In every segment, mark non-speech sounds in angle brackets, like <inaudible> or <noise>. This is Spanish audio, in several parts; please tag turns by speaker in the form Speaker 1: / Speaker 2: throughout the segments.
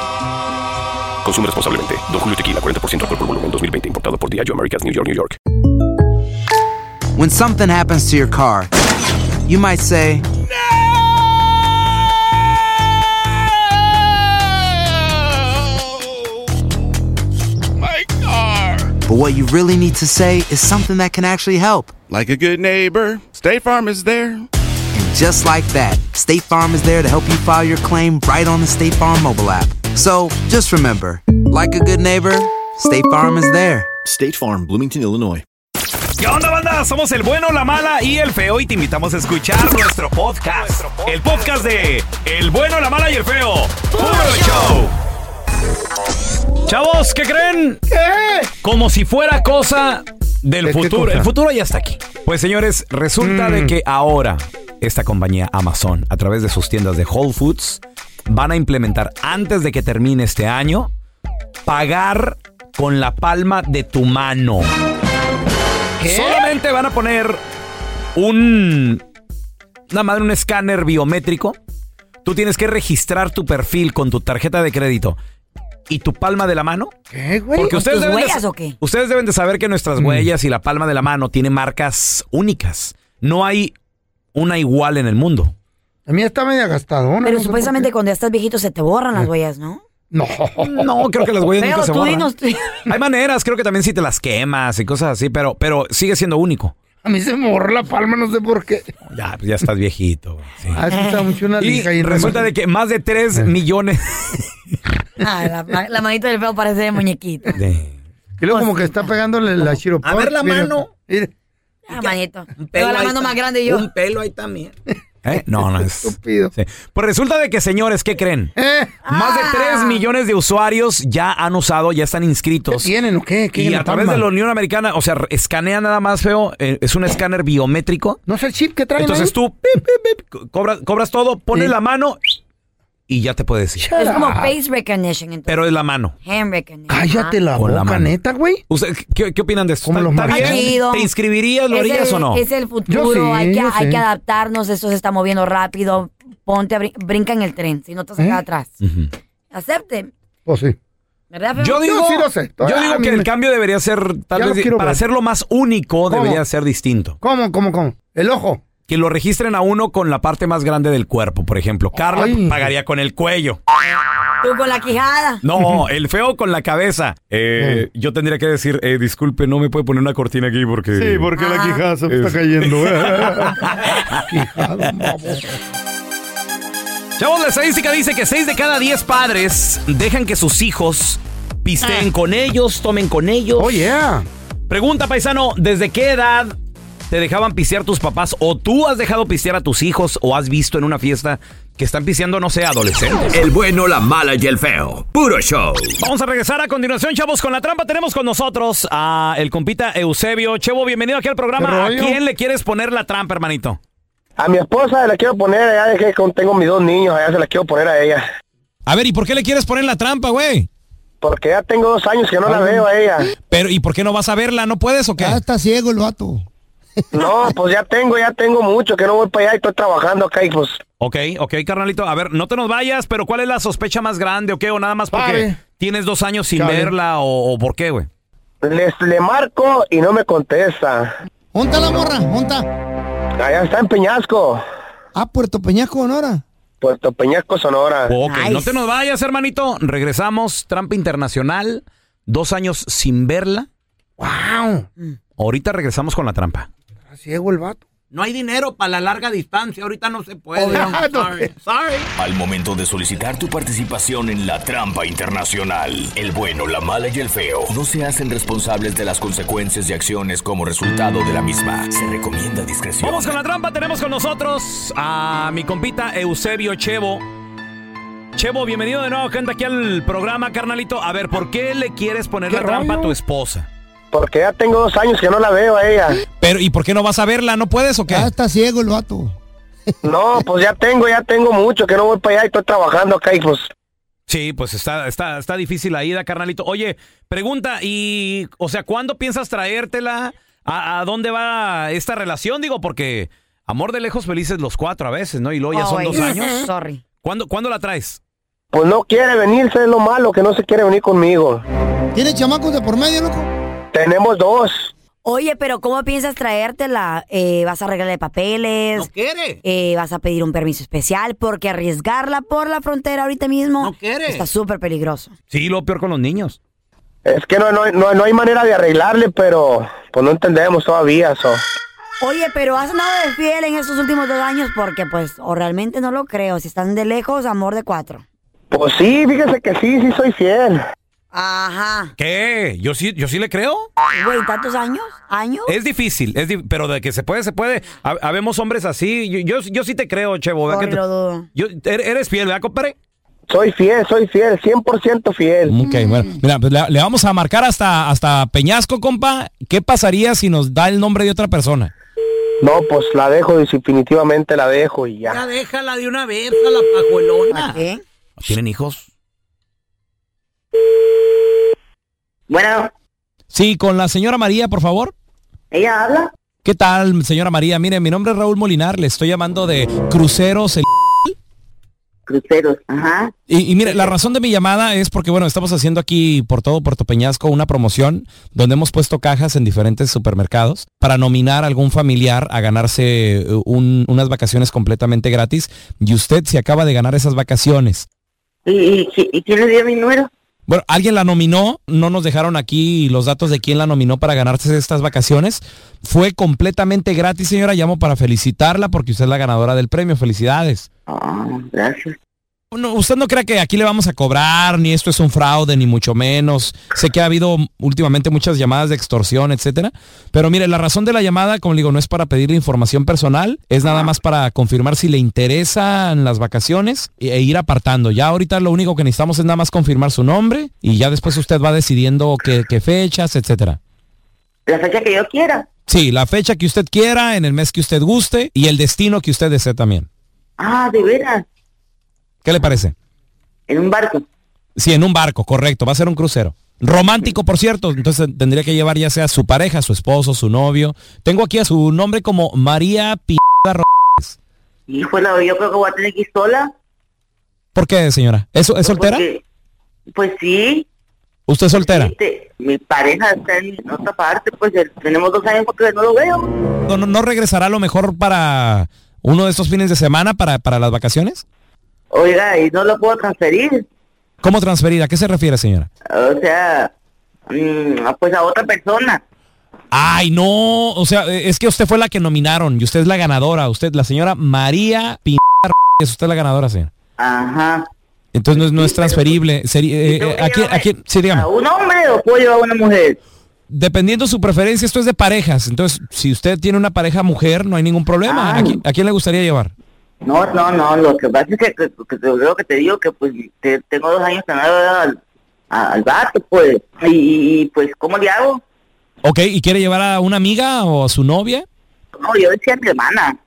Speaker 1: Consume responsablemente. Don Julio Tequila, 40% alcohol por volumen, 2020. Importado por Diageo Americas, New York, New York.
Speaker 2: When something happens to your car, you might say, No!
Speaker 3: My car!
Speaker 2: But what you really need to say is something that can actually help.
Speaker 3: Like a good neighbor, State Farm is there.
Speaker 2: And just like that, State Farm is there to help you file your claim right on the State Farm mobile app. So just remember, like a good neighbor, State Farm is there.
Speaker 4: State Farm, Bloomington, Illinois.
Speaker 5: ¿Qué onda, banda? Somos el bueno, la mala y el feo y te invitamos a escuchar nuestro podcast. El podcast de El bueno, la mala y el feo. ¡Puro show! Chavos, ¿qué creen? Como si fuera cosa del
Speaker 6: ¿De qué
Speaker 5: futuro.
Speaker 6: cosa?
Speaker 5: El futuro ya está aquí. Pues señores, resulta de que ahora esta compañía Amazon, a través de sus tiendas de Whole Foods, van a implementar antes de que termine este año pagar con la palma de tu mano. Solamente van a poner un. Una madre, un escáner biométrico. Tú tienes que registrar tu perfil con tu tarjeta de crédito y tu palma de la mano.
Speaker 6: ¿Qué, güey?
Speaker 5: Porque
Speaker 7: ¿Con
Speaker 5: ustedes
Speaker 7: tus
Speaker 5: deben,
Speaker 7: huellas
Speaker 5: de,
Speaker 7: o qué? Mm.
Speaker 5: ustedes deben de saber que nuestras huellas y la palma de la mano tienen marcas únicas. No hay una igual en el mundo.
Speaker 6: A mí está media gastadona.
Speaker 7: Pero
Speaker 6: no sé por
Speaker 7: supuestamente
Speaker 6: qué.
Speaker 7: cuando ya estás viejito se te borran las huellas, ¿no?
Speaker 6: No.
Speaker 5: Eh. <laughs> No, creo que las huellas
Speaker 7: Feo,
Speaker 5: nunca se
Speaker 7: tú
Speaker 5: borran.
Speaker 7: dinos. <laughs>
Speaker 5: Hay maneras, creo que también si te las quemas y cosas así, pero, pero sigue siendo único.
Speaker 6: A mí se me borró la palma, no sé por qué.
Speaker 5: Ya, pues ya estás viejito. güey, sí.
Speaker 6: Ah, es que está mucho una lija
Speaker 5: Y
Speaker 6: ahí,
Speaker 5: resulta
Speaker 6: nomás.
Speaker 5: de que más de
Speaker 6: Eh.
Speaker 5: 3 millones
Speaker 7: Ah, la, ma- la manita del feo parece de muñequito.
Speaker 5: de...
Speaker 6: Y luego como que está pegándole la chiropor.
Speaker 5: Pues A ver la
Speaker 6: mira.
Speaker 5: mano.
Speaker 6: Mira,
Speaker 7: Ah, manito. Tengo la mano más grande y yo.
Speaker 5: pelo ahí también.
Speaker 6: <laughs>
Speaker 5: ¿Eh? No, no es...
Speaker 6: estúpido.
Speaker 5: sí. Pues resulta de que, señores, ¿qué creen?
Speaker 6: ¿Eh?
Speaker 5: Más de 3 millones de usuarios ya han usado, ya están
Speaker 6: ¿Qué
Speaker 5: inscritos.
Speaker 6: tienen o qué? ¿Qué
Speaker 5: Y
Speaker 6: tiene
Speaker 5: a
Speaker 6: la
Speaker 5: través
Speaker 6: palma?
Speaker 5: de la Unión Americana, o sea, re- escanea nada más feo, eh, es un escáner biométrico.
Speaker 6: ¿No es el chip que traen
Speaker 5: Entonces
Speaker 6: ahí?
Speaker 5: tú pip, pip, pip, co- cobras, cobras todo, pones
Speaker 6: Sí.
Speaker 5: la mano y ya te puedes ir. Ah,
Speaker 7: Es como face recognition, entonces.
Speaker 5: Pero es la mano.
Speaker 7: Hand recognition.
Speaker 6: Cállate la
Speaker 5: Con la
Speaker 6: boca,
Speaker 5: mano.
Speaker 6: neta, güey.
Speaker 5: ¿Usted, qué, qué opinan de esto?
Speaker 6: ¿Cómo
Speaker 5: ¿Está-
Speaker 6: los
Speaker 5: está
Speaker 6: manejan?
Speaker 5: bien?
Speaker 7: Chido.
Speaker 5: ¿Te inscribirías, lo harías
Speaker 7: es el,
Speaker 5: o no?
Speaker 7: Es el
Speaker 6: Yo
Speaker 7: futuro,
Speaker 6: sí,
Speaker 7: hay, que,
Speaker 6: yo
Speaker 7: hay
Speaker 6: sí.
Speaker 7: que adaptarnos, esto se está moviendo rápido. Ponte, a brin- brinca en el tren, si no te vas a
Speaker 6: ¿Eh?
Speaker 7: quedar atrás.
Speaker 5: Ujú.
Speaker 7: Acepte,
Speaker 6: Pues sí.
Speaker 7: ¿verdad, feo?
Speaker 5: Yo digo,
Speaker 6: sí lo sé.
Speaker 5: yo digo
Speaker 6: Ah,
Speaker 5: que
Speaker 6: mira.
Speaker 5: el cambio debería ser,
Speaker 6: Ya
Speaker 5: tal
Speaker 6: lo
Speaker 5: vez,
Speaker 6: quiero
Speaker 5: para
Speaker 6: ver.
Speaker 5: hacerlo más único, debería ser distinto.
Speaker 6: ¿Cómo, cómo, cómo? El ojo.
Speaker 5: Que lo registren a uno con la parte más grande del cuerpo, por ejemplo. Carla
Speaker 6: Ay.
Speaker 5: pagaría con el cuello.
Speaker 7: Tú con la quijada.
Speaker 6: <laughs>
Speaker 5: No, el feo con la cabeza. Eh, Yo tendría que decir, eh, disculpe, no me puede poner una cortina aquí porque...
Speaker 6: porque
Speaker 5: Ah.
Speaker 7: la quijada
Speaker 6: se
Speaker 5: me está
Speaker 6: cayendo. ¿eh?
Speaker 5: <laughs> Chavos, la estadística dice que 6 de cada 10 padres dejan que sus hijos pisteen con ellos, tomen con ellos.
Speaker 6: Ah. Oh, yeah.
Speaker 5: Pregunta, paisano, ¿desde qué edad te dejaban pistear tus papás o tú has dejado pistear a tus hijos o has visto en una fiesta que están pisteando, no sé, adolescentes?
Speaker 8: El bueno, la mala y el feo. Puro show.
Speaker 5: Vamos a regresar a continuación, chavos, con la trampa. Tenemos con nosotros a el compita Eusebio. Chevo, bienvenido aquí al
Speaker 6: ¿Qué
Speaker 5: programa. ¿A
Speaker 6: rollo?
Speaker 5: quién le quieres poner la trampa, hermanito?
Speaker 9: A mi esposa la quiero poner allá, de que con- tengo mis dos niños, allá se la quiero poner a ella.
Speaker 5: A ver, ¿y por qué le quieres poner la trampa, güey?
Speaker 9: Porque ya tengo dos años que no la veo a ella.
Speaker 5: Pero, ¿y por qué no vas a verla? ¿No puedes o qué?
Speaker 6: está ciego el vato.
Speaker 9: No, pues ya tengo, ya tengo mucho que no voy para allá y estoy trabajando acá y pues
Speaker 5: Ok, ok, carnalito. A ver, no te nos vayas, pero ¿cuál es la sospecha más grande o qué? ¿O nada más porque
Speaker 6: Pare.
Speaker 5: tienes dos años sin
Speaker 6: Chale.
Speaker 5: verla o, o por qué, güey?
Speaker 9: les, le marco y no me contesta.
Speaker 10: Monta la morra, monta.
Speaker 9: Allá está en Peñasco,
Speaker 10: Ah, Puerto Peñasco, Honora.
Speaker 9: Puerto Peñasco, Sonora.
Speaker 5: Ok,
Speaker 7: Nice.
Speaker 5: no te nos vayas, hermanito. Regresamos, trampa internacional, dos años sin verla
Speaker 11: ¡Wow!
Speaker 12: Ahorita regresamos con la trampa.
Speaker 11: Ciego el vato.
Speaker 6: No hay dinero para la larga distancia, ahorita Oh, no se puede.
Speaker 5: <laughs>
Speaker 6: I'm sorry. Sorry.
Speaker 13: Al momento de solicitar tu participación en la trampa internacional, el bueno, la mala y el feo no se hacen responsables de las consecuencias y acciones como resultado de la misma. Se recomienda discreción.
Speaker 12: Vamos con la trampa, tenemos con nosotros a mi compita Eusebio Chevo. Chevo, bienvenido de nuevo, gente, aquí al programa, carnalito. A ver, ¿por qué le quieres poner la trampa a tu esposa?
Speaker 9: Porque ya tengo dos años que no la veo a ella.
Speaker 12: Pero, ¿y por qué no vas a verla? ¿No puedes o qué?
Speaker 14: Ah, está ciego el vato.
Speaker 9: No, pues ya tengo, ya tengo mucho que no voy para allá y pues, estoy trabajando acá, hijos.
Speaker 12: Sí, pues está, está, está difícil la ida, carnalito. Oye, pregunta, y, o sea, ¿cuándo piensas traértela? ¿A, a dónde va esta relación? Digo, porque amor de lejos felices los cuatro a veces, ¿no? Y luego ya son
Speaker 7: Always.
Speaker 12: dos años.
Speaker 7: Sorry.
Speaker 12: ¿Cuándo, ¿Cuándo la traes?
Speaker 9: Pues no quiere venirse, es lo malo, que no se quiere venir conmigo.
Speaker 14: ¿Tiene chamacos de por medio, loco?
Speaker 9: Tenemos dos.
Speaker 7: Oye, pero ¿cómo piensas traértela? Eh, ¿Vas a arreglarle papeles? No
Speaker 6: quiere.
Speaker 7: ¿Vas a pedir un permiso especial? Porque arriesgarla por la frontera ahorita mismo no quiere. está súper peligroso.
Speaker 12: Sí, lo peor con los niños.
Speaker 9: Es que no, no, no, no hay manera de arreglarle, pero pues no entendemos todavía eso.
Speaker 7: Oye, pero ¿has andado de fiel en estos últimos dos años? Porque pues, o realmente no lo creo. Si están de lejos, amor de cuatro.
Speaker 9: Pues sí, fíjese que sí, sí soy fiel.
Speaker 7: Ajá.
Speaker 12: ¿Qué? ¿Yo sí, yo sí le creo?
Speaker 7: Güey, ¿tantos años? ¿Años?
Speaker 12: Es difícil, es di- pero de que se puede, se puede. Ha- Habemos hombres así. Yo, yo, yo sí te creo, Chevo. ¿verdad que
Speaker 7: Sorry,
Speaker 12: te-
Speaker 7: lo dudo.
Speaker 12: yo, er- eres fiel, ¿verdad, compadre?
Speaker 9: Soy fiel, soy fiel, 100% fiel.
Speaker 5: Ok, bueno, mira, pues le, le vamos a marcar hasta, hasta Peñasco, compa. ¿Qué pasaría si nos da el nombre de otra persona?
Speaker 9: No, pues la dejo, definitivamente la dejo y ya.
Speaker 6: Ya déjala de una vez a la pajuelona.
Speaker 7: ¿Qué?
Speaker 12: ¿Tienen hijos?
Speaker 15: Bueno,
Speaker 5: Sí, con la señora María, por favor.
Speaker 15: ¿ella habla?
Speaker 5: ¿Qué tal, señora María? Mire, mi nombre es Raúl Molinar, le estoy llamando de Cruceros El...
Speaker 15: Cruceros, ajá.
Speaker 5: Y, y mire, la razón de mi llamada es porque, bueno, estamos haciendo aquí por todo Puerto Peñasco una promoción donde hemos puesto cajas en diferentes supermercados para nominar a algún familiar a ganarse eh, un- unas vacaciones completamente gratis. Y usted se acaba de ganar esas vacaciones.
Speaker 15: ¿Y, y, qui- y quién le dio mi número?
Speaker 5: Bueno, alguien la nominó, no nos dejaron aquí los datos de quién la nominó para ganarse estas vacaciones. Fue completamente gratis, señora. Llamo para felicitarla porque usted es la ganadora del premio. Felicidades.
Speaker 15: gracias.
Speaker 5: No, usted no crea que aquí le vamos a cobrar, ni esto es un fraude, ni mucho menos. Sé que ha habido últimamente muchas llamadas de extorsión, etcétera. Pero mire, la razón de la llamada, como le digo, no es para pedirle información personal, es nada más para confirmar si le interesan las vacaciones e e ir apartando. Ya ahorita lo único que necesitamos es nada más confirmar su nombre y ya después usted va decidiendo qué, qué fechas, etcétera.
Speaker 15: La fecha que yo quiera.
Speaker 5: Sí, la fecha que usted quiera, en el mes que usted guste y el destino que usted desee también.
Speaker 15: Ah, de veras,
Speaker 5: ¿Qué le parece?
Speaker 15: en un barco.
Speaker 5: Sí, en un barco, correcto. Va a ser un crucero. Romántico, por cierto. Entonces tendría que llevar ya sea su pareja, su esposo, su novio. Tengo aquí a su nombre como María P. Rodríguez.
Speaker 15: Híjole, yo creo que voy a tener que ir sola.
Speaker 5: ¿Por qué, señora? ¿Es, es soltera?
Speaker 15: Porque- pues sí,
Speaker 5: ¿Usted es soltera?
Speaker 15: este, mi pareja está en otra parte, pues el- tenemos dos años porque no lo veo.
Speaker 5: ¿No, no- no regresará a lo mejor para uno de estos fines de semana, para, para las vacaciones?
Speaker 15: Oiga, y no lo puedo transferir.
Speaker 5: ¿Cómo transferir? ¿A qué se refiere, señora?
Speaker 15: O sea, mm, pues a otra persona.
Speaker 5: Ay, no. O sea, eh, es que usted fue la que nominaron y usted es la ganadora. Usted, la señora María P. Rodríguez. Usted es la ganadora, señora.
Speaker 15: Ajá.
Speaker 5: Entonces no es, no es transferible.
Speaker 15: pues,
Speaker 5: Sería, eh, eh, ¿a, quién, a quién- Sí, dígame.
Speaker 15: ¿A un hombre o puedo llevar a una mujer?
Speaker 5: Dependiendo su preferencia, esto es de parejas. Entonces, si usted tiene una pareja mujer, no hay ningún
Speaker 15: Ah.
Speaker 5: problema. ¿A, qui- a quién le gustaría llevar?
Speaker 15: No, no, no, lo que pasa es que, que, que te- lo que te digo que pues te- tengo dos años que no veo al, a- al vato, pues, y, y- y, pues, ¿cómo le hago?
Speaker 5: Ok, ¿y quiere llevar a una amiga o a su novia?
Speaker 15: No, yo decía a mi hermana,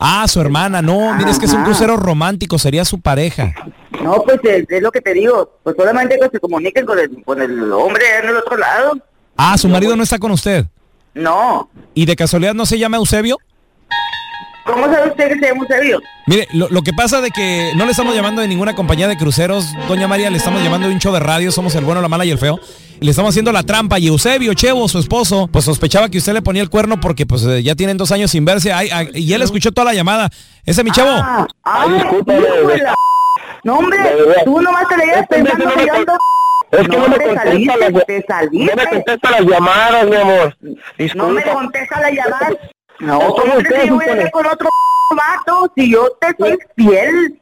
Speaker 5: Ah, su hermana. No, mire, es que es un
Speaker 15: Ajá.
Speaker 5: crucero romántico, sería su pareja.
Speaker 15: no, pues es, es lo que te digo, pues solamente que se comuniquen con el, con el hombre en el otro lado,
Speaker 5: Ah, su marido no está con usted.
Speaker 15: no.
Speaker 5: ¿Y de casualidad no se llama Eusebio?
Speaker 15: ¿Cómo sabe usted que se llama Eusebio?
Speaker 5: Mire, lo, lo que pasa de que no le estamos llamando de ninguna compañía de cruceros, doña María, le estamos llamando de un show de radio, somos el bueno, la mala y el feo. Y le estamos haciendo la trampa y Eusebio, Chevo, su esposo, pues sospechaba que usted le ponía el cuerno porque pues eh, ya tienen dos años sin verse. Ay, ay, y él escuchó toda la llamada. Ese mi
Speaker 15: Ah.
Speaker 5: chavo.
Speaker 9: Este
Speaker 15: Ay, hijo de la- No, hombre, tú nomás te la llevas pensando, mirando,
Speaker 9: Es que no, me
Speaker 15: te
Speaker 9: contesta
Speaker 15: saliste,
Speaker 9: las,
Speaker 15: te
Speaker 9: no
Speaker 15: saliste.
Speaker 9: me contesta las llamadas, mi amor.
Speaker 15: No me
Speaker 9: Disculpa.
Speaker 15: contesta la llamada.
Speaker 9: No,
Speaker 15: ¿Tú
Speaker 9: ¿cómo
Speaker 15: crees que
Speaker 9: ustedes
Speaker 15: yo voy a
Speaker 9: supone?
Speaker 15: andar con otro vato si yo te soy fiel?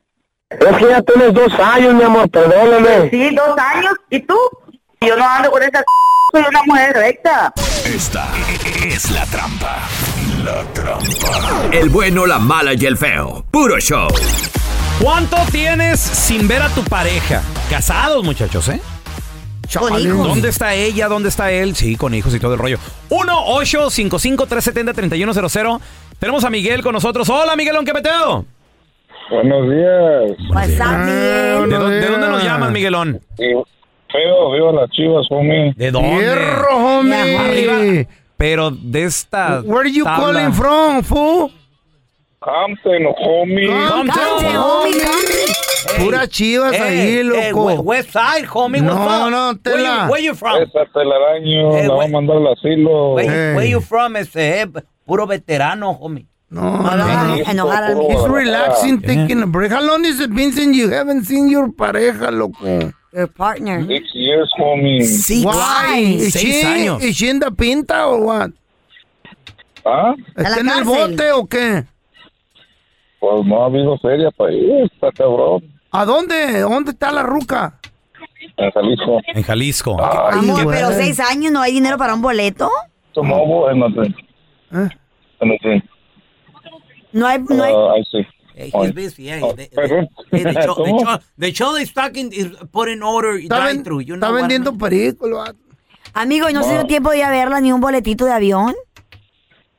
Speaker 9: Es que ya tienes dos años, mi amor, perdóname.
Speaker 15: Pues Sí, dos años. ¿Y tú? Yo no ando con esa... Soy una mujer recta.
Speaker 13: Esta es la trampa. La trampa.
Speaker 8: El bueno, la mala y el feo. Puro show.
Speaker 5: ¿Cuánto tienes sin ver a tu pareja? Casados, muchachos, ¿eh? Chaval,
Speaker 16: hijos.
Speaker 5: ¿Dónde está ella? ¿Dónde está él? Sí, con hijos y todo el rollo. 1-855-370-3100. Tenemos a Miguel con nosotros. Hola, Miguelón, ¿qué peteo?
Speaker 17: Buenos días.
Speaker 7: Pues,
Speaker 5: ¿De, dó- de dónde
Speaker 6: Ah.
Speaker 5: nos llamas, Miguelón?
Speaker 17: Eh, Feo, veo las chivas, homie.
Speaker 5: ¿De dónde?
Speaker 17: Fierro,
Speaker 6: homie.
Speaker 5: Arriba. Pero de esta.
Speaker 6: Where you
Speaker 5: tabla.
Speaker 6: calling from, fool?
Speaker 17: Compton, homie.
Speaker 6: Compton, homie. Pura chivas ahí, loco.
Speaker 5: website, homie.
Speaker 6: No, no, tela.
Speaker 17: Esa telaraño,
Speaker 5: Eh,
Speaker 17: la va a mandar al asilo.
Speaker 5: from? Ese,
Speaker 16: eh,
Speaker 5: puro veterano, homie.
Speaker 6: No, no, no. He's relaxing, taking a break. How long has it been since you haven't seen your pareja, loco?
Speaker 7: Your partner.
Speaker 17: Six years, homie.
Speaker 6: Why? Is she, is she in the pinta or what?
Speaker 17: ¿Ah?
Speaker 6: ¿Está en el bote o qué?
Speaker 17: Pues no ha habido feria para ir, está cabrón.
Speaker 6: ¿A dónde? ¿Dónde está la ruca?
Speaker 17: En Jalisco.
Speaker 5: En Jalisco.
Speaker 7: Amor, pero seis años no hay dinero para un boleto.
Speaker 17: Tomó en Madrid.
Speaker 6: Ah.
Speaker 17: En Madrid.
Speaker 7: No hay, no hay.
Speaker 17: Ah, ahí sí.
Speaker 16: He's busy, eh. They- they-
Speaker 17: Perdón.
Speaker 16: they- the, show, the,
Speaker 17: oh. ¿Cómo?
Speaker 16: show, the show is stocking is put in order, drive through. You know
Speaker 6: está
Speaker 16: what I
Speaker 6: vendiendo
Speaker 16: mean?
Speaker 5: ah.
Speaker 6: películas.
Speaker 7: Amigo, ¿y no se dio
Speaker 17: No.
Speaker 7: tiempo de ir a verla ni un boletito de avión?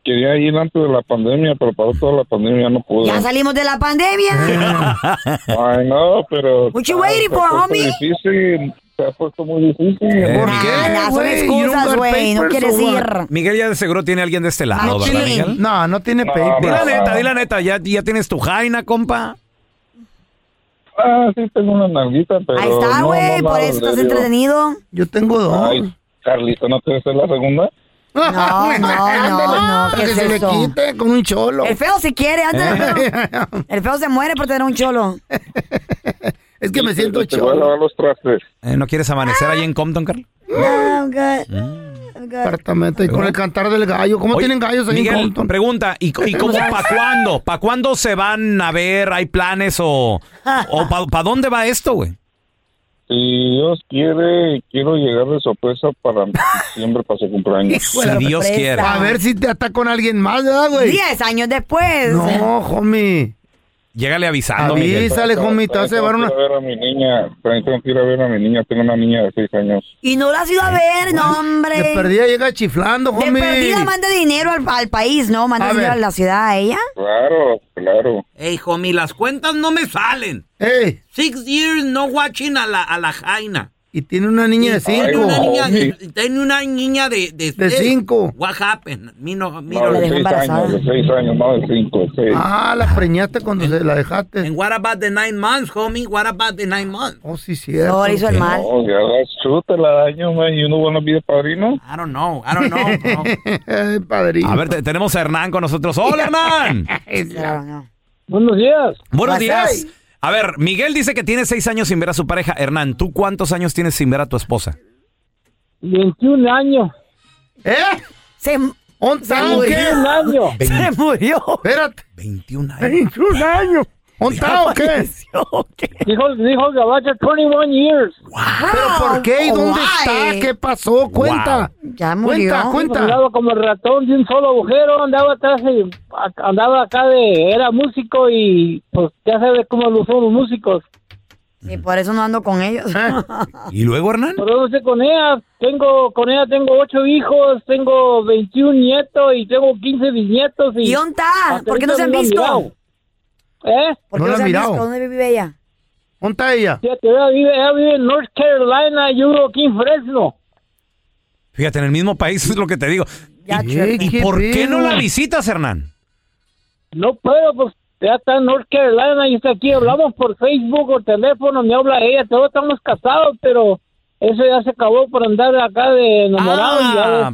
Speaker 17: Quería ir antes de la pandemia, pero para toda la pandemia no pude.
Speaker 7: Ya salimos de la pandemia.
Speaker 17: <laughs> Ay, no, pero...
Speaker 7: What you waiting
Speaker 17: se ha
Speaker 7: for,
Speaker 17: puesto
Speaker 7: homie?
Speaker 17: difícil, pues, se ha puesto muy difícil.
Speaker 5: ¿Por
Speaker 17: amor.
Speaker 5: qué?
Speaker 7: Ah, son
Speaker 6: Eh, Güey,
Speaker 7: excusas,
Speaker 6: you don't got
Speaker 7: güey. No
Speaker 6: papers
Speaker 7: quieres
Speaker 6: or what?
Speaker 7: ir.
Speaker 5: Miguel ya de seguro tiene a alguien de este lado,
Speaker 6: No tiene,
Speaker 5: ¿verdad, Miguel?
Speaker 6: no, no tiene papers.
Speaker 5: Di la neta, di la neta, ya, ya tienes tu jaina, compa.
Speaker 17: Ah, sí, tengo una nalguita, pero...
Speaker 7: Ahí está,
Speaker 17: no,
Speaker 7: güey.
Speaker 17: no,
Speaker 7: por
Speaker 17: nada
Speaker 7: eso estás
Speaker 17: serio.
Speaker 7: entretenido.
Speaker 6: Yo tengo dos.
Speaker 17: Ay, Carlito, ¿no te hacer la segunda?
Speaker 6: <laughs>
Speaker 7: No, no, no,
Speaker 6: Para
Speaker 7: no. ¿Qué
Speaker 6: que
Speaker 7: es
Speaker 6: Ah, se Eh. le
Speaker 7: eso?
Speaker 6: quite con un cholo.
Speaker 7: El feo se quiere, ándale, feo. El feo se muere por tener un cholo.
Speaker 6: Es que me siento
Speaker 17: Te voy a
Speaker 6: cholo.
Speaker 17: lavar los trastes.
Speaker 5: Eh, ¿No quieres amanecer
Speaker 6: Ah.
Speaker 5: ahí en Compton, Carl?
Speaker 7: No, I'm good. I'm good.
Speaker 6: Exactamente, Mm. y con el cantar del gallo. ¿Cómo
Speaker 5: Oye,
Speaker 6: tienen gallos ahí en
Speaker 5: Miguel,
Speaker 6: Compton?
Speaker 5: pregunta, ¿y,
Speaker 6: <laughs>
Speaker 5: co- y cómo, para cuándo? ¿Para cuándo se van a ver? ¿Hay planes o, o para dónde va esto, güey?
Speaker 17: Si Dios quiere, quiero llegar de sorpresa para diciembre, para su cumpleaños.
Speaker 5: Si Dios quiere.
Speaker 6: A ver si te ata con alguien más, ¿verdad, Ah, güey?
Speaker 7: Diez años después.
Speaker 6: No, homie.
Speaker 5: Llégale avisando, Miguel.
Speaker 6: Avísale, homie, te vas a llevar
Speaker 17: Tengo
Speaker 6: una...
Speaker 17: que ir a ver a mi niña, tengo que ir a ver a mi niña, tengo una niña de seis años.
Speaker 7: Y no la has ido a ver, no, hombre.
Speaker 6: De perdida llega chiflando,
Speaker 7: De
Speaker 6: homie.
Speaker 7: perdida manda dinero al, al país, ¿no? Manda
Speaker 6: A
Speaker 7: dinero
Speaker 6: ver.
Speaker 7: a la ciudad a ella.
Speaker 17: Claro, claro.
Speaker 16: Ey, homie, las cuentas no me salen.
Speaker 6: Ey,
Speaker 16: Six years no watching a la, a la Jaina.
Speaker 6: y tiene una niña de
Speaker 16: Tiene
Speaker 6: cinco.
Speaker 16: una niña,
Speaker 6: homie.
Speaker 16: de- tiene una niña de... De,
Speaker 6: De cinco.
Speaker 16: What happened? Mi no, mi
Speaker 17: No,
Speaker 16: no-
Speaker 17: de seis años, de seis años, no de cinco, de seis.
Speaker 6: Ah, la preñaste cuando
Speaker 16: ¿Eh?
Speaker 6: se la dejaste.
Speaker 16: And what about the nine months, homie? What about the nine months?
Speaker 6: Oh, sí, cierto.
Speaker 7: No, le hizo el mal.
Speaker 17: No, ya das chute la daño, man, y uno bueno vida padrino.
Speaker 16: I don't know. I don't know, bro.
Speaker 6: <laughs> Ay, padrino.
Speaker 5: A ver, te- tenemos a Hernán con nosotros.
Speaker 6: <laughs>
Speaker 5: ¡Hola, Hernán!
Speaker 7: Claro, no.
Speaker 9: Buenos días.
Speaker 5: Buenos
Speaker 7: Vas
Speaker 5: días.
Speaker 7: ahí.
Speaker 5: A ver, Miguel dice que tiene seis años sin ver a su pareja. Hernán, ¿tú cuántos años tienes sin ver a tu esposa?
Speaker 9: 21 años.
Speaker 6: ¿Eh?
Speaker 7: Se,
Speaker 6: ¿Once
Speaker 7: Se
Speaker 6: años?
Speaker 7: murió.
Speaker 6: ¿Qué?
Speaker 9: años.
Speaker 7: se murió.
Speaker 6: Espérate.
Speaker 5: 21 años.
Speaker 6: 21 años. ¿Onta o qué?
Speaker 9: Dijo, dijo Gabacha 21 years.
Speaker 6: ¿Pero por qué? ¿Y
Speaker 7: Oh,
Speaker 6: dónde
Speaker 7: why?
Speaker 6: está? ¿Qué pasó? Cuenta.
Speaker 7: Ya murió.
Speaker 6: Cuenta, cuenta.
Speaker 9: Andaba como el ratón de un solo agujero, andaba atrás, y- a- andaba acá de, era músico y pues ya sabes cómo lo son los músicos.
Speaker 7: Y por eso no ando con ellos.
Speaker 6: Ah.
Speaker 7: <laughs>
Speaker 5: ¿Y luego, Hernán?
Speaker 9: Pero no sé con ella, tengo, con ella tengo ocho hijos, tengo 21 nietos y tengo 15 bisnietos y...
Speaker 7: ¿Y dónde está?
Speaker 9: hasta
Speaker 7: ¿Por qué no
Speaker 9: ahorita
Speaker 7: se han
Speaker 9: lo he
Speaker 7: visto?
Speaker 9: mirado. ¿Eh?
Speaker 7: ¿Por
Speaker 6: No
Speaker 7: qué
Speaker 6: la
Speaker 7: no se
Speaker 6: he
Speaker 7: han
Speaker 6: mirado.
Speaker 7: visto? ¿Dónde vive ella?
Speaker 6: ¿Onta ella?
Speaker 9: Fíjate, ella vive, ella vive en North Carolina, yo vivo aquí en Fresno.
Speaker 5: Fíjate, en el mismo país <laughs> es lo que te digo.
Speaker 7: Ya,
Speaker 6: ¿Y-
Speaker 7: chueca.
Speaker 5: ¿Y
Speaker 6: ¿Qué
Speaker 5: por qué no
Speaker 6: pedo?
Speaker 5: la visitas, Hernán?
Speaker 9: No puedo, pues ya está en North Carolina y está aquí. Hablamos por Facebook o teléfono, me habla ella. Todos estamos casados, pero eso ya se acabó por andar acá de enamorado. y ya,
Speaker 5: Ah,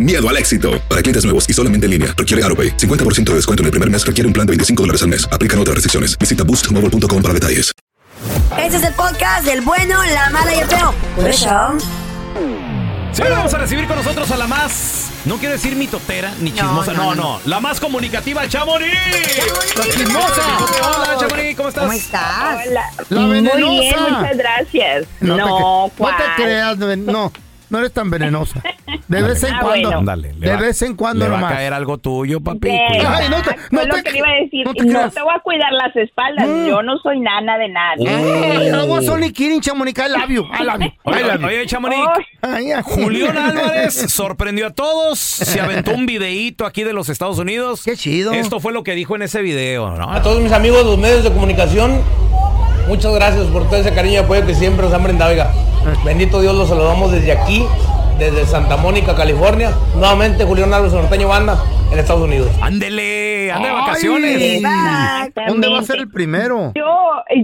Speaker 18: miedo al éxito. Para clientes nuevos y solamente en línea, requiere AroPay. 50% de descuento en el primer mes requiere un plan de 25 dólares al mes. Aplican otras restricciones. Visita boostmobile.com para detalles.
Speaker 7: Este es el podcast del bueno, la mala y el feo. Por eso.
Speaker 5: Sí, vamos a recibir con nosotros a la más. No quiero decir mitotera ni chismosa, no, no.
Speaker 16: no,
Speaker 5: La más comunicativa, Chamonix. La chismosa. Hola, Chamonix, ¿cómo estás?
Speaker 7: ¿Cómo estás?
Speaker 19: Hola.
Speaker 6: La
Speaker 19: Muy bien,
Speaker 6: venenosa.
Speaker 19: muchas gracias. No,
Speaker 6: te, cre- no te
Speaker 19: ¿cuál?
Speaker 6: creas, no, no. No eres tan
Speaker 19: <laughs>
Speaker 6: venenosa. De vez en
Speaker 19: Ah,
Speaker 6: cuando.
Speaker 19: bueno.
Speaker 20: Dale, le
Speaker 6: de
Speaker 20: va-
Speaker 6: vez en cuando
Speaker 20: le va
Speaker 6: nomás.
Speaker 20: a caer algo tuyo, papi.
Speaker 19: De
Speaker 20: cuidado.
Speaker 6: Ay, no te-
Speaker 19: verdad,
Speaker 6: no
Speaker 19: es lo
Speaker 6: te-
Speaker 19: que te iba a decir.
Speaker 6: no
Speaker 19: No
Speaker 6: te
Speaker 19: te,
Speaker 6: creas. Mm.
Speaker 19: voy a cuidar las espaldas. Yo no soy nana de nadie.
Speaker 6: Ay, I was only kidding, chamonica. I love
Speaker 19: <laughs>
Speaker 6: you. I love you. I love
Speaker 5: Oye,
Speaker 6: you.
Speaker 5: oye, Chamonix.
Speaker 6: Ay, ay. <laughs>
Speaker 5: Julián Álvarez sorprendió a todos. Se aventó un videíto aquí de los Estados Unidos. Qué
Speaker 6: chido.
Speaker 5: Esto fue lo que dijo en ese video, ¿no?
Speaker 21: A todos mis amigos de los medios de comunicación, muchas gracias por todo ese cariño y apoyo que siempre nos han brindado. Oiga, bendito Dios, los saludamos desde aquí, desde Santa Mónica, California. Nuevamente, Julián Álvarez Norteño Banda, en Estados Unidos.
Speaker 5: Ándele, anda de
Speaker 6: Ay.
Speaker 5: vacaciones.
Speaker 6: ¿Dónde va a ser el primero?
Speaker 19: Yo,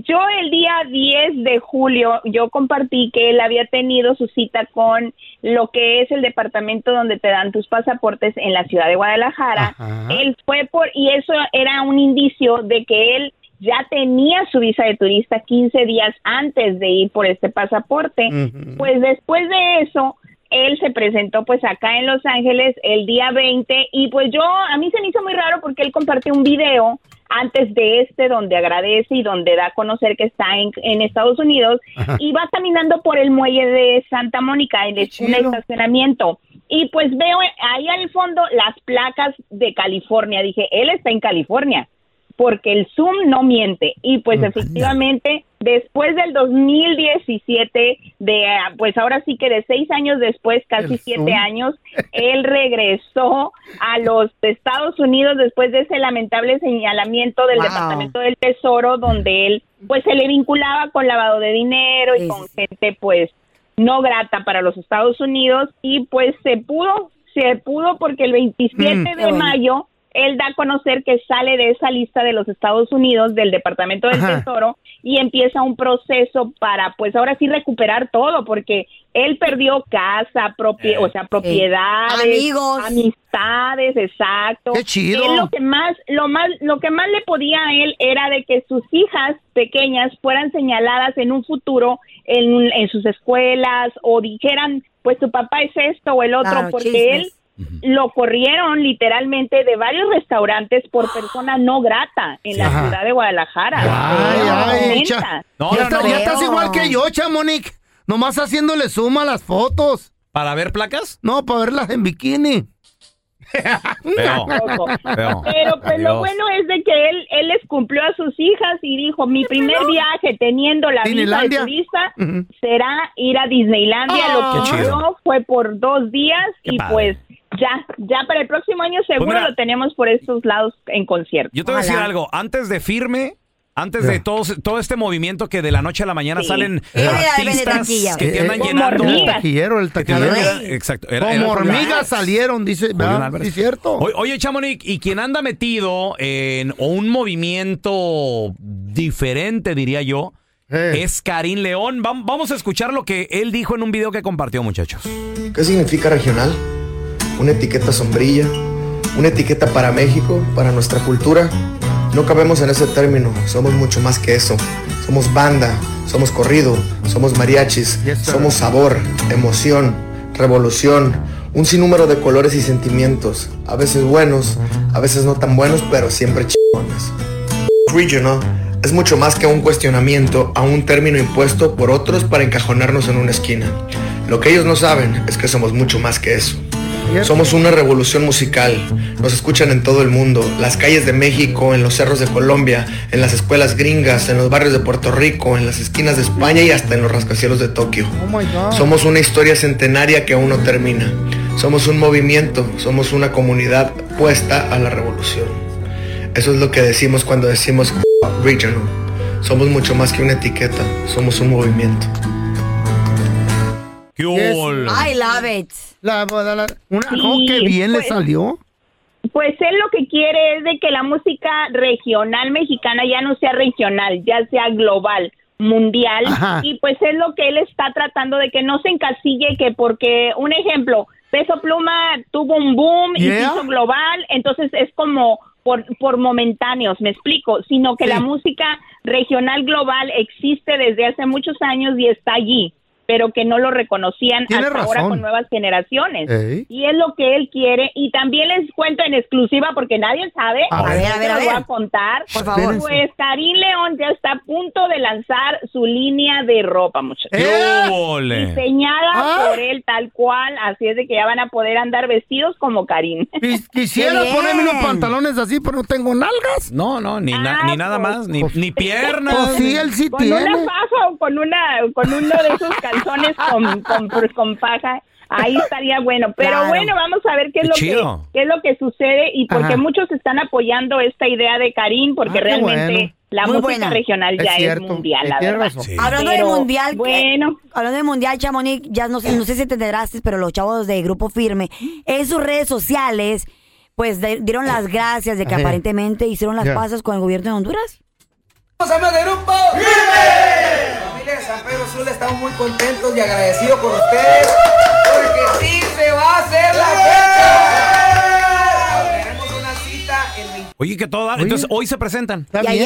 Speaker 19: yo el día 10 de julio, yo compartí que él había tenido su cita con lo que es el departamento donde te dan tus pasaportes en la ciudad de Guadalajara.
Speaker 22: Ajá.
Speaker 19: Él fue por, y eso era un indicio de que él ya tenía su visa de turista 15 días antes de ir por este pasaporte.
Speaker 22: Ujú.
Speaker 19: Pues después de eso, él se presentó pues acá en Los Ángeles el día 20 y pues yo, a mí se me hizo muy raro porque él compartió un video antes de este donde agradece y donde da a conocer que está en, en Estados Unidos
Speaker 22: Ajá.
Speaker 19: y va caminando por el muelle de Santa Mónica, en es- un estacionamiento. Y pues veo ahí al fondo las placas de California. Dije, él está en California porque el Zoom no miente. Y pues efectivamente, después del 2017, de ah, pues ahora sí que de seis años después, casi
Speaker 22: El
Speaker 19: siete
Speaker 22: Zoom. <laughs>
Speaker 19: años, él regresó a los Estados Unidos después de ese lamentable señalamiento del
Speaker 22: Wow.
Speaker 19: Departamento del Tesoro, donde él pues se le vinculaba con lavado de dinero y con gente pues no grata para los Estados Unidos y pues se pudo, se pudo porque el 27
Speaker 22: Mm, qué
Speaker 19: de
Speaker 22: bueno.
Speaker 19: mayo él da a conocer que sale de esa lista de los Estados Unidos del Departamento del
Speaker 22: Ajá.
Speaker 19: Tesoro y empieza un proceso para pues ahora sí recuperar todo porque él perdió casa, propie-
Speaker 22: Eh,
Speaker 19: o sea, propiedades,
Speaker 7: Amigos.
Speaker 19: amistades, exacto.
Speaker 22: Qué chido.
Speaker 19: Él lo que más lo más lo que más le podía a él era de que sus hijas pequeñas fueran señaladas en un futuro en, un- en sus escuelas o dijeran pues tu papá es esto o el otro
Speaker 22: Claro,
Speaker 19: porque él
Speaker 22: chismes.
Speaker 19: lo corrieron literalmente de varios restaurantes
Speaker 22: Ah.
Speaker 19: por persona no grata en la
Speaker 6: Ajá.
Speaker 19: ciudad de Guadalajara.
Speaker 6: Ay,
Speaker 19: Él lo
Speaker 6: ay,
Speaker 19: comenta.
Speaker 6: cha-
Speaker 5: No,
Speaker 6: ya,
Speaker 5: no,
Speaker 6: está-
Speaker 5: no.
Speaker 6: ya estás
Speaker 5: Feo.
Speaker 6: igual que yo, Chamonix. Nomás haciéndole suma a las fotos.
Speaker 5: ¿Para ver placas?
Speaker 6: No, para verlas en
Speaker 5: <laughs>
Speaker 6: bikini.
Speaker 5: Feo. Feo.
Speaker 19: Pero pues lo
Speaker 5: Adiós.
Speaker 19: bueno es de que él él les cumplió a sus hijas y dijo, mi primer viaje teniendo la visa de
Speaker 22: ¿Disneylandia?
Speaker 19: turista será ir a Disneylandia.
Speaker 22: Ah.
Speaker 19: Lo
Speaker 22: Qué
Speaker 19: que
Speaker 22: chido.
Speaker 19: cumplió fue por dos días
Speaker 5: Qué
Speaker 19: y
Speaker 5: padre.
Speaker 19: pues ya, ya para el próximo año
Speaker 6: Pues
Speaker 19: seguro
Speaker 5: mira.
Speaker 19: lo tenemos por estos lados en concierto.
Speaker 5: Yo te voy a decir algo. Antes de firme, antes de todo, todo este movimiento que de la noche a la mañana
Speaker 19: Sí. <laughs>
Speaker 5: salen
Speaker 19: Era de
Speaker 5: artistas
Speaker 19: taquilla.
Speaker 5: que te
Speaker 6: Eh,
Speaker 5: andan
Speaker 6: como
Speaker 5: llenando.
Speaker 6: El taquillero, el
Speaker 5: que te andan
Speaker 6: taquillero.
Speaker 5: llenando- Exacto. era- era
Speaker 6: Como
Speaker 5: Julián.
Speaker 6: hormigas salieron, dice. ¿verdad?
Speaker 5: Álvarez.
Speaker 6: Ah, Sí, cierto.
Speaker 5: O- oye, Chamonix, ¿y quien anda metido en un movimiento diferente, diría yo? Es Karim León. Vam- Vamos a escuchar lo que él dijo en un video que compartió, muchachos.
Speaker 23: ¿Qué significa regional? Una etiqueta sombrilla, una etiqueta para México, para nuestra cultura. No cabemos en ese término, somos mucho más que eso. Somos banda, somos corrido, somos mariachis, somos sabor, emoción, revolución, Un sinnúmero de colores y sentimientos, a veces buenos, a veces no tan buenos, pero siempre chingones. Regional es mucho más que un cuestionamiento a un término impuesto por otros para encajonarnos en una esquina. Lo que ellos no saben es que somos mucho más que eso. Somos una revolución musical. Nos escuchan en todo el mundo, las calles de México, en los cerros de Colombia, en las escuelas gringas, en los barrios de Puerto Rico, en las esquinas de España y hasta en los rascacielos de Tokio. Oh Somos una historia centenaria que aún no termina. Somos un movimiento, somos una comunidad puesta a la revolución. Eso es lo que decimos cuando decimos regional. Somos mucho más que una etiqueta, somos un movimiento.
Speaker 6: ¿Qué
Speaker 7: I love it.
Speaker 6: La, la- la- una, oh, qué
Speaker 19: Sí,
Speaker 6: bien
Speaker 19: pues.
Speaker 6: le salió.
Speaker 19: Pues él lo que quiere es de que la música regional mexicana ya no sea regional, ya sea global, mundial.
Speaker 22: Ajá.
Speaker 19: Y pues es lo que él está tratando de que no se encasille, que porque, un ejemplo, Peso Pluma tuvo un boom y se
Speaker 22: Yeah.
Speaker 19: hizo global, entonces es como por, por momentáneos, me explico, sino que la música regional global existe desde hace muchos años y está allí pero que no lo reconocían
Speaker 22: Tiene
Speaker 19: hasta ahora
Speaker 22: razón.
Speaker 19: con nuevas generaciones.
Speaker 22: Ey.
Speaker 19: Y es lo que él quiere. Y también les cuento en exclusiva porque nadie sabe.
Speaker 22: A ver,
Speaker 19: Yo
Speaker 22: a ver,
Speaker 19: se
Speaker 22: a
Speaker 19: lo
Speaker 22: ver.
Speaker 19: voy a contar.
Speaker 22: Por favor.
Speaker 19: Pues Karim León ya está a punto de lanzar su línea de ropa, muchachos. Diseñada
Speaker 22: Ah.
Speaker 19: por él tal cual. Así es de que ya van a poder andar vestidos como Karim.
Speaker 6: Quisiera
Speaker 19: Qué bien. Ah,
Speaker 6: ponerme unos pantalones así, pero no tengo nalgas.
Speaker 20: No, no, ni, na- ni nada
Speaker 19: pues.
Speaker 20: más, ni, ni piernas.
Speaker 6: Pues sí, él sí
Speaker 19: con
Speaker 6: tiene.
Speaker 19: una faja o con una con uno de esos calzones con, con, pues, con faja ahí estaría bueno pero
Speaker 22: Claro.
Speaker 19: bueno vamos a ver qué es
Speaker 22: Qué
Speaker 19: lo
Speaker 22: chido.
Speaker 19: que qué es lo que sucede y porque
Speaker 22: Ajá.
Speaker 19: muchos están apoyando esta idea de Karim porque
Speaker 22: Ah, qué
Speaker 19: realmente
Speaker 22: bueno.
Speaker 19: la
Speaker 22: Muy
Speaker 19: música
Speaker 22: buena.
Speaker 19: regional
Speaker 22: Es
Speaker 19: ya es
Speaker 22: cierto,
Speaker 19: mundial
Speaker 22: y
Speaker 19: la
Speaker 22: tiene
Speaker 19: verdad
Speaker 22: razón. Sí.
Speaker 7: Hablando
Speaker 19: Pero,
Speaker 7: de mundial,
Speaker 19: bueno,
Speaker 7: hablando de mundial, Chamonix, ya no sé, no sé si te enteraste, pero los chavos de Grupo Firme en sus redes sociales, pues de- dieron las gracias de que
Speaker 22: Ajá.
Speaker 7: aparentemente hicieron las
Speaker 22: Ya.
Speaker 7: pasas con el gobierno de Honduras.
Speaker 22: ¡Vamos a de grupo! Familia de San Pedro Sula, estamos muy contentos y agradecidos con ustedes porque sí se va a hacer la fecha. Tenemos una cita el 20.
Speaker 20: Oye, que todo. da- Entonces, hoy se presentan.
Speaker 19: hoy presentan-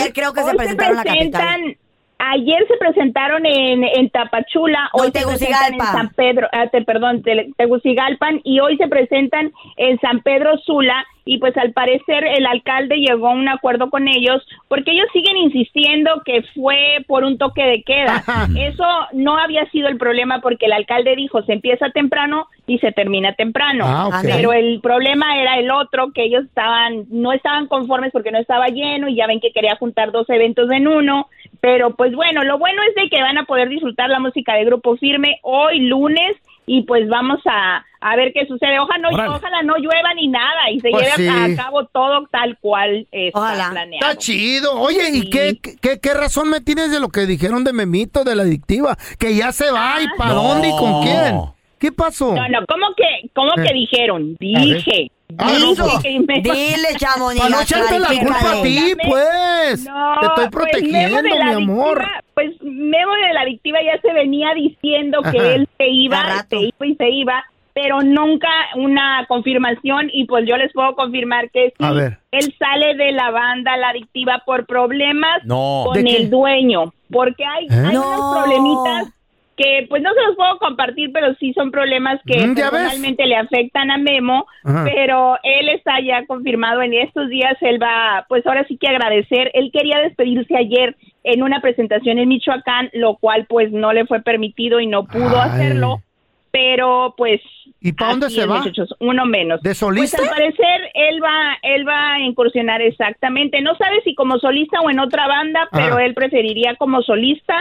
Speaker 19: Ayer se presentaron en, en Tapachula,
Speaker 7: No,
Speaker 19: hoy
Speaker 7: en
Speaker 19: se presentan en
Speaker 7: Tegucigalpa.
Speaker 19: San Pedro, ah, te- perdón, Te- Tegucigalpan y hoy se presentan en San Pedro Sula y pues al parecer el alcalde llegó a un acuerdo con ellos porque ellos siguen insistiendo que fue por un toque de
Speaker 22: <laughs>
Speaker 19: queda. Eso no había sido el problema porque el alcalde dijo se empieza temprano y se termina temprano.
Speaker 22: Ah, ok.
Speaker 19: Pero el problema era el otro, que ellos estaban, no estaban conformes porque no estaba lleno y ya ven que quería juntar dos eventos en uno. Pero pues bueno, lo bueno es de que van a poder disfrutar la música de Grupo Firme hoy lunes y pues vamos a, a ver qué sucede. Ojalá no,
Speaker 22: Órale.
Speaker 19: ojalá no llueva ni nada y se
Speaker 6: Pues
Speaker 19: lleve a-
Speaker 6: sí.
Speaker 19: a cabo todo tal cual está planeado.
Speaker 6: Está chido. Oye, ¿y qué, qué, qué razón me tienes de lo que dijeron de Memito, de la adictiva? Que ya se va, ¿y para
Speaker 19: No.
Speaker 6: dónde y con quién? ¿Qué pasó?
Speaker 19: Ah. No, no, ¿cómo que, cómo
Speaker 6: Eh.
Speaker 19: que
Speaker 6: A
Speaker 19: dijeron?
Speaker 6: ver.
Speaker 19: Dije.
Speaker 6: Ah, no,
Speaker 19: dije
Speaker 6: pues.
Speaker 19: que me-
Speaker 7: Dile, Chamonix.
Speaker 6: Para no echarte la culpa a ti,
Speaker 19: Dame-
Speaker 6: pues.
Speaker 19: No,
Speaker 6: Te estoy
Speaker 19: pues, Memo
Speaker 6: protegiendo,
Speaker 19: de la
Speaker 6: mi amor.
Speaker 19: Adictiva, Pues Memo de la adictiva ya se venía diciendo que
Speaker 6: Ajá.
Speaker 19: él se iba, se iba y se iba, pero nunca una confirmación y pues yo les puedo confirmar que sí,
Speaker 22: A ver.
Speaker 19: él sale de la banda la adictiva por problemas
Speaker 22: No.
Speaker 19: con
Speaker 22: ¿De qué?
Speaker 19: el dueño, porque hay,
Speaker 6: ¿Eh?
Speaker 19: hay
Speaker 22: No.
Speaker 19: unos problemitas que pues no se los puedo compartir, pero sí son problemas que
Speaker 22: Mm, ya ves.
Speaker 19: personalmente le afectan a Memo,
Speaker 22: Ajá.
Speaker 19: pero él está ya confirmado en estos días, él va, pues ahora sí que agradecer, él quería despedirse ayer en una presentación en Michoacán, lo cual pues no le fue permitido y no pudo
Speaker 6: Ay.
Speaker 19: hacerlo, pero pues...
Speaker 6: ¿Y para dónde
Speaker 19: así
Speaker 6: se
Speaker 19: es,
Speaker 6: va?
Speaker 19: muchachos, uno menos.
Speaker 6: ¿De solista?
Speaker 19: Pues al parecer él va, él va a incursionar exactamente. No sabe si como solista o en otra banda, pero
Speaker 22: Ajá.
Speaker 19: él preferiría como solista.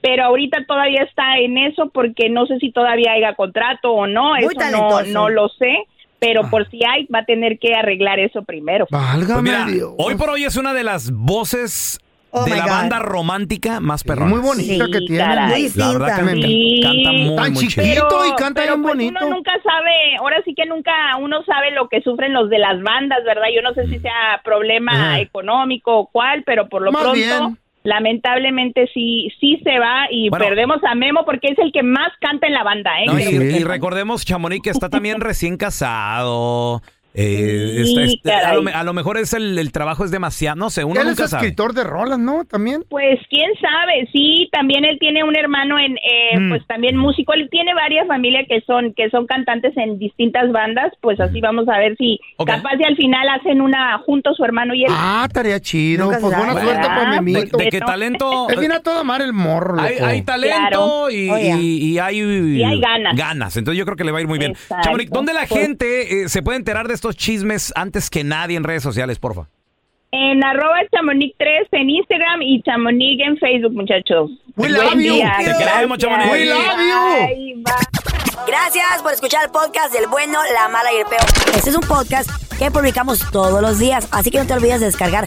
Speaker 19: Pero ahorita todavía está en eso porque no sé si todavía haya contrato o no.
Speaker 22: Muy
Speaker 19: eso no-
Speaker 22: talentoso.
Speaker 19: no, lo sé. Pero por si hay, va a tener que arreglar eso primero.
Speaker 20: Pues mira, hoy por hoy es una de las voces
Speaker 19: Oh
Speaker 20: de
Speaker 19: my
Speaker 20: la
Speaker 19: God.
Speaker 20: banda romántica más perrona.
Speaker 6: muy bonita Sí, que tiene, caray. muy
Speaker 20: La verdad que me
Speaker 6: distinta.
Speaker 20: encanta, canta muy,
Speaker 6: Tan
Speaker 20: muy chido.
Speaker 6: chiquito y canta
Speaker 19: pero
Speaker 6: bien
Speaker 19: pues
Speaker 6: bonito.
Speaker 19: Uno nunca sabe, ahora sí que nunca uno sabe lo que sufren los de las bandas, ¿verdad? Yo no sé si sea problema
Speaker 22: Ajá.
Speaker 19: económico o cuál, pero por lo
Speaker 22: Más
Speaker 19: pronto,
Speaker 22: bien.
Speaker 19: lamentablemente sí, sí se va y
Speaker 20: Bueno.
Speaker 19: perdemos a Memo porque es el que más canta en la banda, ¿eh?
Speaker 20: No, y,
Speaker 19: Creo que-
Speaker 20: y recordemos, Chamonix, que está también recién casado.
Speaker 5: Eh,
Speaker 19: Sí,
Speaker 5: está este- a,
Speaker 19: caray.
Speaker 5: lo, me- a lo mejor es el, el trabajo es demasiado, no sé, uno
Speaker 19: Él es
Speaker 5: nunca sabe.
Speaker 6: de rolas, ¿no? También.
Speaker 19: Pues quién sabe, sí, también él tiene un hermano en, eh,
Speaker 5: Mm.
Speaker 19: pues también músico, él tiene varias familias que son, que son cantantes en distintas bandas, pues así vamos a ver si
Speaker 6: Ok.
Speaker 19: capaz de al final hacen una junto su hermano y él.
Speaker 6: Ah, tarea chido.
Speaker 19: Nunca
Speaker 6: Pues
Speaker 19: se
Speaker 6: buena
Speaker 19: sabe,
Speaker 6: suerte
Speaker 19: ¿verdad?
Speaker 6: para mi amiguito.
Speaker 19: De- de qué talento-
Speaker 6: <laughs> Es bien a toda madre el morro,
Speaker 5: Hay,
Speaker 6: loco.
Speaker 5: hay talento y,
Speaker 7: Oh,
Speaker 5: y- y hay,
Speaker 6: Oh, Y hay ganas.
Speaker 5: Entonces yo creo que le va a ir muy bien.
Speaker 6: Exacto.
Speaker 5: Chamonix, ¿dónde la gente eh, se puede enterar de estos chismes antes que nadie en redes sociales, porfa?
Speaker 19: En arroba chamonix 3 en Instagram y chamonix en Facebook, muchachos.
Speaker 5: We love
Speaker 19: Buen
Speaker 5: you.
Speaker 19: día,
Speaker 5: Te queremos,
Speaker 19: gracias.
Speaker 5: Chamonix. We love
Speaker 19: Bye.
Speaker 7: Gracias por escuchar el podcast del bueno, la mala y el peor. Este es un podcast que publicamos todos los días, así que no te olvides de descargar